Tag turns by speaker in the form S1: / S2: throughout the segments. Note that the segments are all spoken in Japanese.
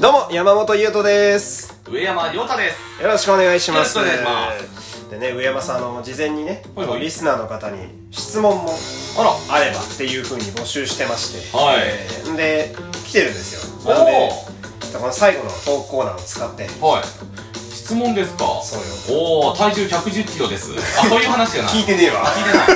S1: どうも山本優斗です
S2: 上山亮太です
S1: よろしくお願いします
S2: よろしくお願いし
S1: でね上山さんあの事前にね、
S2: はいはい
S1: リスナーの方に質問も
S2: あら
S1: あればっていうふうに募集してまして、
S2: はい
S1: えーんで来てるんですよ
S2: お
S1: なんで
S2: お
S1: この最後の投稿欄を使って
S2: はい質問ですか
S1: そうよ
S2: おお体重1 1 0キロですあそういう話じゃな い
S1: 聞いてねえわ
S2: 聞いてない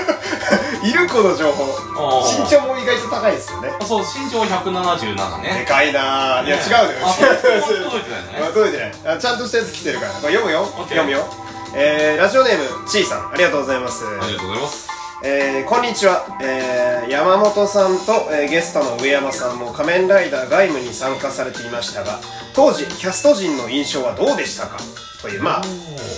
S1: いるこの情報
S2: おー
S1: 身長も意外と高いですよね
S2: あそう身長177
S1: で
S2: ね
S1: かいなーいや
S2: ね
S1: 違うのよ
S2: あそう 届いてないのね
S1: あ届いてないあちゃんとしたやつ来てるからこれ読むよ
S2: OK
S1: 読むよえー、ラジオネームちいさんありがとうございます
S2: ありがとうございます
S1: えー、こんにちは、えー、山本さんと、えーゲストの上山さんも仮面ライダー外務に参加されていましたが当時キャスト陣の印象はどうでしたかというまあ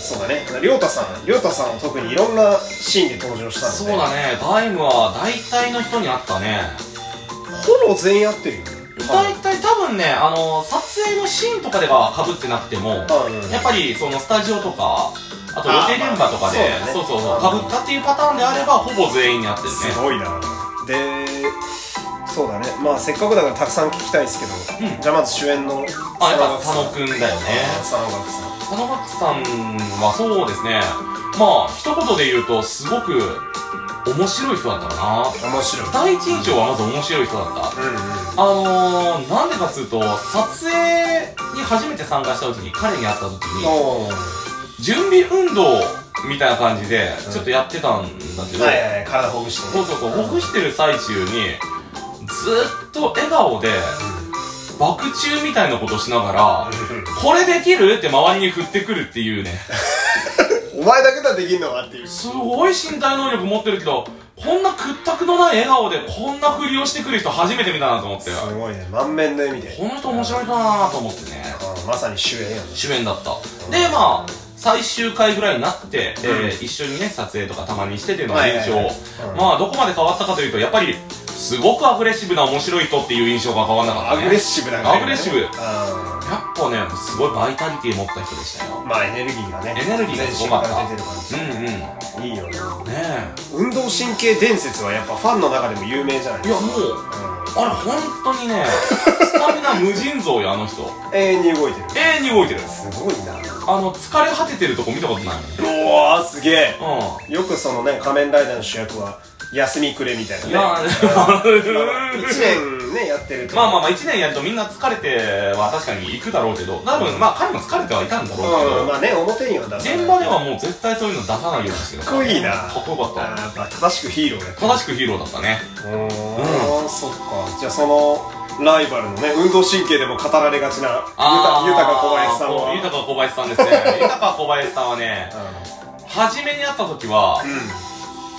S1: そうだね亮太さん亮太さんは特にいろんなシーンで登場したので
S2: そうだねダイムは大体の人に会ったね
S1: ほぼ全員合ってるよね
S2: 大体多分ねあの撮影のシーンとかでは被ってなくても
S1: うん
S2: やっぱりそのスタジオとかあと予定現場とかで
S1: あまあ
S2: そう
S1: そ
S2: そう
S1: う
S2: そう
S1: だね
S2: かぶったっていうパターンであればほぼ全員に合ってるね
S1: すごいなでそうだねまあせっかくだからたくさん聞きたいですけど、
S2: うん
S1: じゃあまず主演の
S2: あやっぱ佐
S1: ん
S2: 野くんだよね
S1: 佐野岳さん
S2: 佐野岳さんはそうですねまあ一言で言うとすごく面白い人だったかな
S1: 面白い
S2: 第一印象はまず面白い人だった
S1: うんうん
S2: あのー、なんでかっつうと撮影に初めて参加した時に彼に会った時に
S1: おー
S2: 準備運動みたいな感じで
S1: うん
S2: ちょっとやってたんだけど、
S1: はいはいはい体ほぐして
S2: そう
S1: ね
S2: そうそうほぐしてる最中にずっと笑顔で爆中みたいなことしながらこれできるって周りに振ってくるっていうね
S1: お前だけだできんのはっていう
S2: すごい身体能力持ってるけどこんな屈託のない笑顔でこんなふりをしてくる人初めて見たなと思って
S1: すごいね満面の笑みで
S2: この人面白い人だなと思ってね
S1: うんまさに主演やね
S2: 主演だったでまあ最終回ぐらいになって、えー一緒にね撮影とかたまにしてっていうのが印象、
S1: はいはいはいうん
S2: まあどこまで変わったかというとやっぱりすごくアグレッシブな面白い人っていう印象が変わらなか
S1: ア
S2: った、ね、
S1: グレッシブな感じ
S2: アグレッシブ
S1: うん
S2: やっぱねすごいバイタリティ持った人でしたよ
S1: まあエネルギーがね
S2: エネルギーが
S1: 全
S2: すご
S1: 身
S2: かっ
S1: か
S2: た
S1: ら出てる感
S2: うんうんね
S1: じいいよね
S2: え
S1: 運動神経伝説はやっぱファンの中でも有名じゃない
S2: い
S1: で
S2: や
S1: す
S2: も
S1: か
S2: うあれ本当にねスタミナ無尽蔵よあの人
S1: うん永遠に動いてる
S2: 永遠に動いてる
S1: すごいな
S2: あの疲れ果ててるとこ見たことないう
S1: わーすげえ
S2: う
S1: よくそのね仮面ライダーの主役は休みくれみたい
S2: んいや
S1: なね1年ねやってると
S2: まあまあまあ1年やるとみんな疲れては確かに行くだろうけど多分まあ彼も疲れてはいたんだ
S1: うん
S2: ろう
S1: まあね表には出
S2: け
S1: さな
S2: ど
S1: い
S2: 現場ではもう絶対そういうの出さないようにしてる
S1: かっこいいな
S2: かっこよかっ
S1: あ
S2: た
S1: ーやっぱ正しくヒーローやって
S2: 正しくヒーローだったね
S1: るうーんそっかじゃあそのライバルのね運動神経でも語られがちな
S2: あー
S1: 豊か小林さんは
S2: 豊か小林さん ですね豊か小林さんはね初めに会った時は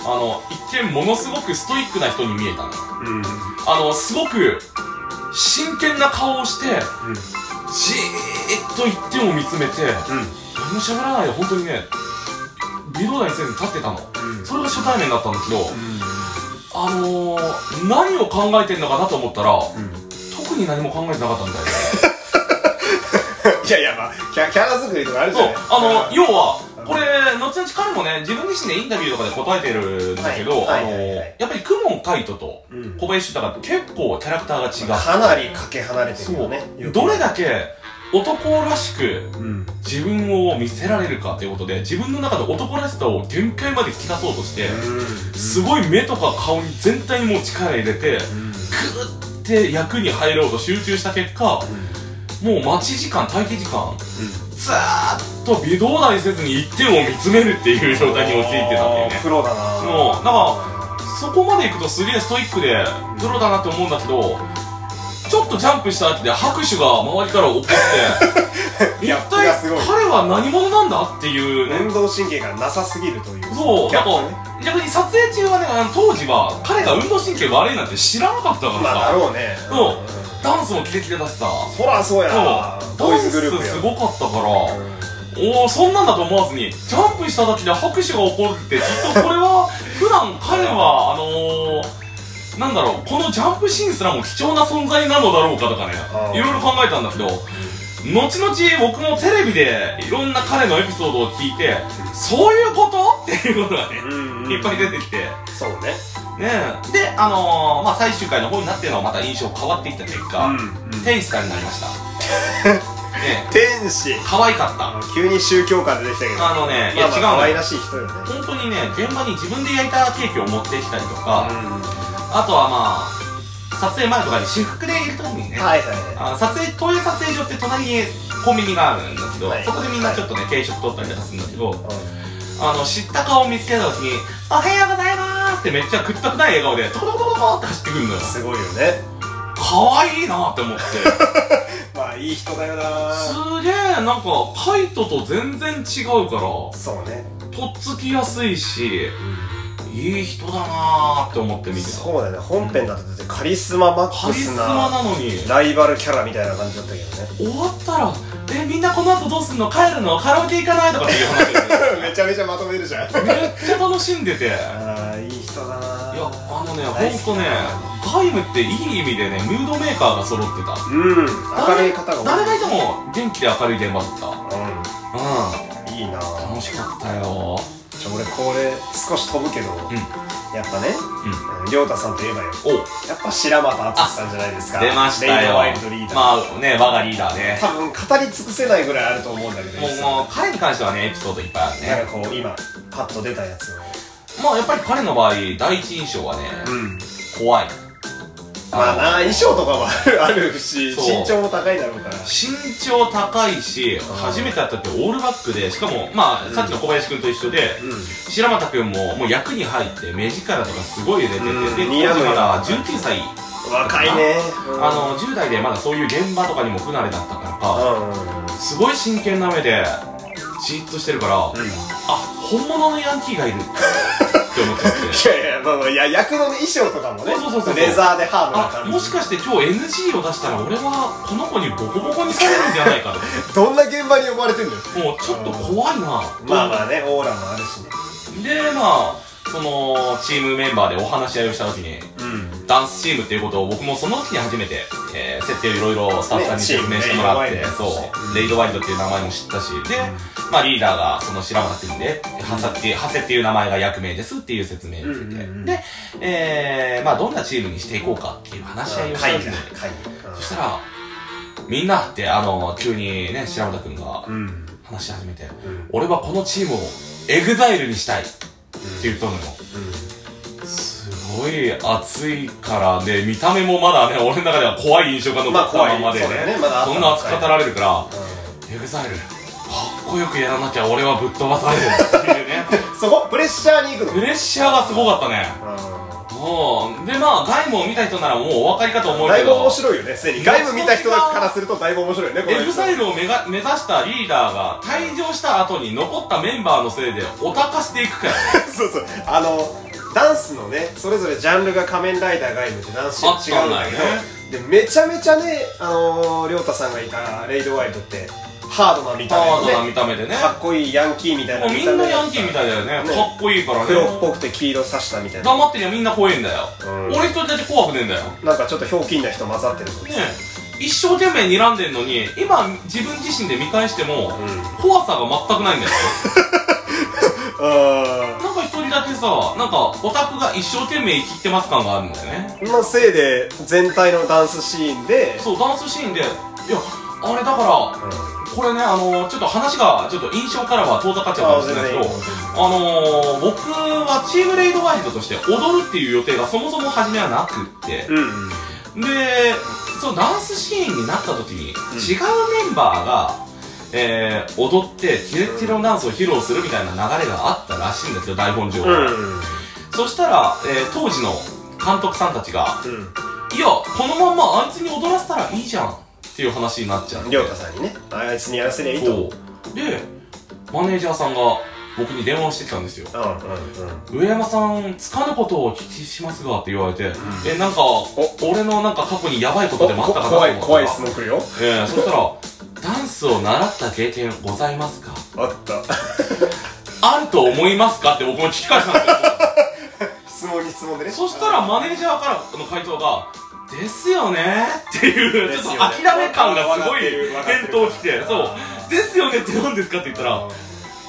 S2: あの一見ものすごくストイックな人に見えたの
S1: うんうんうん
S2: あのすごく真剣な顔をしてじーっと一点を見つめて何も喋らないで本当にね微動だにせず立ってたの
S1: うん
S2: それが初対面だったんだけど、
S1: う
S2: あのー、何を考えてんのかなと思ったら、
S1: んうん
S2: 特に何も考えてなかったみた いで。
S1: いやいやまあキャキャラ作りとかあるじ
S2: そ
S1: ゃ
S2: う
S1: ない、
S2: あの、要は
S1: うん、
S2: これ、後々彼もね、自分自身でインタビューとかで答えてるんだけど、
S1: は
S2: あ
S1: いはいは
S2: の
S1: い
S2: ー
S1: はい、
S2: やっぱりクモンカイトと
S1: うん
S2: 小林修太が結構キャラクターが違う。
S1: かなりかけ離れて
S2: そ
S1: るよね
S2: う。どれだけ男らしく
S1: うん
S2: 自分を見せられるかということで、自分の中で男らしさを限界まで引き出そうとして、すごい目とか顔に全体にもう力入れて、グーって役に入ろうと集中した結果、もう待ち時間、待機時間、ずーっと微動だにせずに一点を見つめるっていう状態に陥ってたんだよね
S1: あー。プロだな
S2: もうなんかそこまで行くとすげえストイックでプロだなと思うんだけど、ちょっとジャンプした後で拍手が周りから起こって、
S1: ギ
S2: 一
S1: ャップ
S2: 体
S1: がすごい
S2: 彼は何者なんだっていうね。
S1: 運動神経がなさすぎるという
S2: そう、
S1: ギャ
S2: な
S1: ッ
S2: んか
S1: プね
S2: 逆に撮影中はね、あの当時は彼が運動神経悪いなんて知らなかったからさ、
S1: まあだろうね
S2: そうんダンスもキレキレだしさ、そう、
S1: ほらそうやな
S2: ダンス
S1: ボーイズグループや
S2: すごかったから、
S1: うん
S2: おーそんなんだと思わずにジャンプした時で拍手が起こるってきっとこれは 普段彼はあのー、なんだろうこのジャンプシーンすらも貴重な存在なのだろうかとかね
S1: あー
S2: いろいろ考えたんだけど後々僕もテレビでいろんな彼のエピソードを聞いてそういうことっていうことがね
S1: うんうん
S2: いっぱい出てきて
S1: そうね
S2: ねえで、あのーまあ、最終回の方になってのまた印象変わってきた結果、天使さんになりました ね
S1: 天使
S2: え可愛かった
S1: 急に宗教感出てきたけど
S2: あのねい
S1: ま
S2: や
S1: あまあ
S2: 違うの
S1: 可愛らしい人よね
S2: 本当にね現場に自分で焼いたケーキを持ってきたりと
S1: は
S2: か、あとはまあ撮影前とかに私服でいる時に
S1: い
S2: ね、
S1: はい
S2: あの撮影東映撮影所って隣にコンビニがあるんだけど、
S1: はい
S2: そこでみんなちょっとね、軽食取ったりとかするんだけど、
S1: は
S2: あの、知った顔を見つけた時に、おはようございますってめっちゃくったくない笑顔で、トコトコトコトコって走ってくるの
S1: い。
S2: よ
S1: すごいよね
S2: 可愛いなって 思って。す
S1: まあいい人だよな
S2: げえ、なんか、カイトと全然違うから、と
S1: そうね
S2: っつきやすいし、いい人だなーって思って見てた。
S1: そうだよね本編だとだってカリスママッ
S2: カ
S1: ク
S2: リス
S1: ス
S2: マ
S1: な
S2: なのに、
S1: ライバルキャラみたいな感じだったけどね
S2: 終わったら、え、みんなこの後どうすんの帰るのカラオケ行かないとかっていう話で
S1: めちゃめちゃまとめるじゃん
S2: めっちゃ楽しんでて。
S1: ああいい人だない
S2: いや、あのね、
S1: 大好き
S2: ほんとね、外務っていい意味でね、ムードメーカーが揃ってた。
S1: うん明るい方が
S2: 誰がいて
S1: も
S2: も元気で明るい現場だった。う
S1: うんいいなじ
S2: ん。楽しかったよ。
S1: ゃ俺これ少し飛ぶけど
S2: ん
S1: やっぱね
S2: うん。
S1: 亮太さんといえばよ
S2: お、
S1: やっぱ白俣敦さんじゃないですか
S2: 出ました
S1: レイド
S2: よ。
S1: ワイルドリーダー
S2: まあね、我がリーダーね。
S1: 多分語り尽くせないぐらいあると思うんだけど
S2: もう、
S1: 実
S2: も
S1: は
S2: う彼に関してはね、エピソードいっぱいある
S1: なん
S2: ね。
S1: かこう今パッと出たやつを
S2: まあやっぱり彼の場合、第一印象はね、
S1: ん
S2: 怖い。
S1: まあな衣装とかもあるあるし
S2: そう
S1: 身長も高いだろうから
S2: 身長高いし、初めて会ったってオールバックで、しかも、まあ、さっきの小林くんと一緒で、
S1: う
S2: 白俣君ももう役に入って目力とかすごい出てて、
S1: うん
S2: で当
S1: 似合う
S2: 時
S1: よ
S2: まだ19歳、
S1: ん若いね
S2: あの10代でまだそういう現場とかにも不慣れだったからか、
S1: うんうん
S2: すごい真剣な目でじーっとしてるから、
S1: うん
S2: あ本物のヤンキーがいるって思っちゃって
S1: いやいやまあまあいや役のね衣装とかもね
S2: そうそうそうそう
S1: レザーでハードな
S2: あ
S1: 感
S2: も
S1: じ
S2: しかして今日 NG を出したら俺はこの子にボコボコにされるんじゃないかと
S1: どんな現場に呼ばれてんのよ
S2: もうちょっと怖いなと
S1: まあまあねオーラもあるしね
S2: でまあそのチームメンバーでお話し合いをした時に
S1: うん
S2: ダンスチームっていうことを僕もその時に初めて、えー設定をいろいろスタッフさんに
S1: ね
S2: 説明してもらっ
S1: チームレイ
S2: て、
S1: ドワイルド
S2: そう、レイドワイルドっていう名前も知ったし、で、まあリーダーがその白俣君で、ハサっていう、ハセっていう名前が役名ですっていう説明をしてて、
S1: うんうんうん
S2: で、えー、まあどんなチームにしていこうかっていう話し合いをした
S1: 会
S2: ん
S1: 議
S2: で
S1: だ、会議
S2: そしたら、みんなってあの、急にね、白俣君が
S1: うんうん
S2: 話し始めて、
S1: うん
S2: 俺はこのチームをエグザイルにしたいって言ったのよ。すごい暑いからで見た目もまだね俺の中では怖い印象が残
S1: まあ
S2: った
S1: 怖
S2: ま
S1: い
S2: までね,、
S1: そうだよねまだあった
S2: そんな熱く語られるから
S1: う
S2: エグザイルかっこよくやらなきゃ俺はぶっ飛ばされるっていうね
S1: んそこプレッシャーに行くの
S2: プレッシャーがすごかったね
S1: うん
S2: もうでまあ外務を見た人ならもうお分かりかと思う
S1: だ
S2: け
S1: いぶ
S2: ど
S1: 面白いよねすでに外部見た人からするとだいぶ面白いよねこの
S2: エグザイルを目が目指したリーダーが退場した後に残ったメンバーのせいでおたかしていくからね
S1: そうそうあのダンスのねそれぞれジャンルが仮面ライダーガイムってダンス違うんだけ
S2: あったん
S1: ど、でめちゃめちゃねあのー、亮太さんがいたレイドワイドってハードな見た
S2: ハ
S1: 目
S2: ードな
S1: でね
S2: 見た目でね
S1: かっこいいヤンキーみたいな
S2: もう
S1: 見
S2: み
S1: た
S2: ん
S1: 目
S2: なヤンキーみたいだよね
S1: ね
S2: かっこいいからね
S1: 黒っぽくて黄色さしたみたいな
S2: 黙ってりゃみんな怖えんだよ、
S1: うん
S2: 俺一人だけ怖くねえんだよね
S1: なんかちょっとひょうきんな人混ざってるぞ、
S2: え一生懸命睨んでんのに今自分自身で見返しても、怖さが全くないんだよ
S1: あ
S2: なんか一人だけさなんかオタクが一生懸命生きてます感があるんだよね
S1: ーのせいで全体のダンスシーンで
S2: そうダンスシーンでいやあれだからこれねあのちょっと話がちょっと印象からは遠ざかっちゃうかもしれないけど
S1: あー全然いい全然いい
S2: あのー、僕はチームレイドワイルドとして踊るっていう予定がそもそも初めはなくって、
S1: うんうん
S2: で、そのダンスシーンになった時に、
S1: ん
S2: 違うメンバーが、えー、踊って、ティレッティレのダンスを披露するみたいな流れがあったらしいんですよ、台本上
S1: うん
S2: は。そしたら、えー当時の監督さんたちが、いや、このまんまあいつに踊らせたらいいじゃんっていう話になっちゃって。
S1: うん亮太さんにねあいつにやらせりゃいいと
S2: そうで、マネージャーさんが僕に電話をしてきたんですよ。
S1: うんうんうん
S2: 上山さん、つかぬことをお聞きしますがって言われて、え、なんか、俺のなんか過去にやばいことでもあったかなと思った
S1: 怖い怖
S2: ら
S1: い質問来るよ
S2: ええそしたら「ダンスを習った経験ございますか?
S1: あった」
S2: あると思いますかって僕も聞き返したんです
S1: 質問に質問でね
S2: よそしたらマネージャーからの回答が「ですよね」っていう、
S1: です
S2: ちょ
S1: よ
S2: っ
S1: ね
S2: と諦め感がすご
S1: わ
S2: い
S1: かってるわかってる
S2: 返答来てそう「ですよね」って何ですかって言ったら「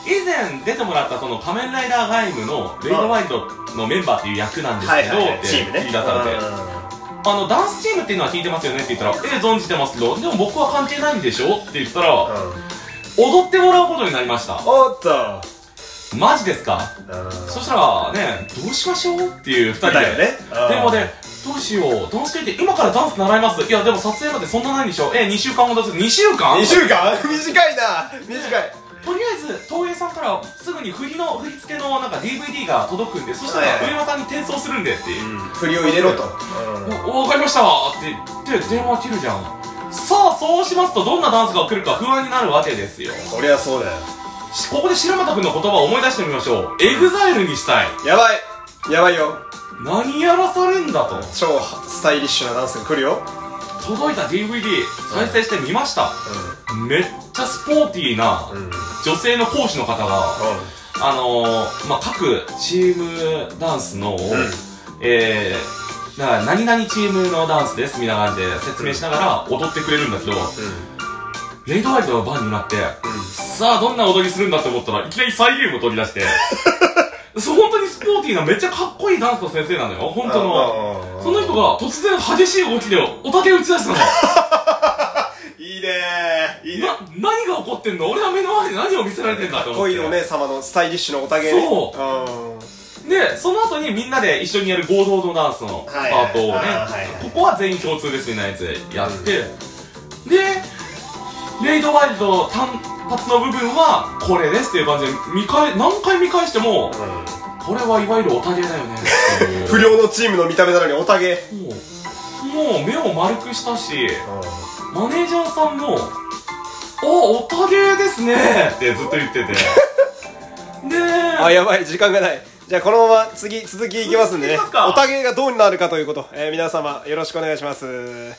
S2: 以前出てもらったその仮面ライダーガイムのレイドワイドのメンバーっていう役なんです
S1: は
S2: け
S1: い
S2: ど、
S1: はいはい
S2: って
S1: チームね
S2: 聞いたされて、
S1: う
S2: あの、ダンスチームっていうのは聞いてますよねって言ったら、ええ、存じてますけど、でも僕は関係ないんでしょって言ったら、
S1: んうん
S2: 踊ってもらうことになりました。
S1: おっと
S2: マジですかそしたらね、どうしましょうっていう二人で。
S1: だよね
S2: 電話で、どうしよう、ダンス系って今からダンス習いますいや、でも撮影までそんなないんでしょえ、2週間ほどです。2週間
S1: 2週間短いな短い
S2: とりあえず、東映さんからすぐに振りの、振り付けのなんか DVD が届くんで、そした
S1: はい
S2: ら
S1: はい
S2: 上山さんに転送するんでっていう。
S1: 振りを入れろと
S2: おわかりましたって言って電話切るじゃん。さあ、そうしますとどんなダンスが来るか不安になるわけですよ。
S1: そりゃそうだよ
S2: しここで白俣くんの言葉を思い出してみましょう。エグザイルにしたい。
S1: やばいやばいよ
S2: 何やらされんだと。
S1: 超スタイリッシュなダンスが来るよ
S2: 届いた DVD 再生してみました。めっちゃスポーティーな
S1: うんうん
S2: 女性の講師の方が、あのー、まあ、各チームダンスの、えー、だから何々チームのダンスですみたいな感じで説明しながら踊ってくれるんだけど、レイドワイルドの番になって、さあどんな踊りするんだって思ったらいきなりサイリウム取 り出して、そう本当にスポーティーなめっちゃかっこいいダンスの先生なのよ、本当の。
S1: の
S2: その人が突然激しい動きでおたけ打ち出したの。
S1: いいねーいいね
S2: な、何が起こってんの俺は目の前で何を見せられてんだと思って。
S1: 恋のお姉様のスタイリッシュのおたげね
S2: そ
S1: うん
S2: で、その後にみんなで一緒にやる合同のダンスのパ
S1: はいはい
S2: ートをね
S1: あーはいは、い
S2: ここは全員共通ですみたいなやつやって、で、レイドワイルド単発の部分はこれですっていう感じで見返、何回見返しても、これはいわゆるオタゲだよねって いう。
S1: 不良のチームの見た目なのにおたげ
S2: もう、もう目を丸くしたし、マネージャーさんも「おおたげですね」ってずっと言っててで
S1: あやばい時間がないじゃあこのまま次続きいきますんでね
S2: 続きいきますか
S1: おたげがどうなるかということ、えー皆様よろしくお願いします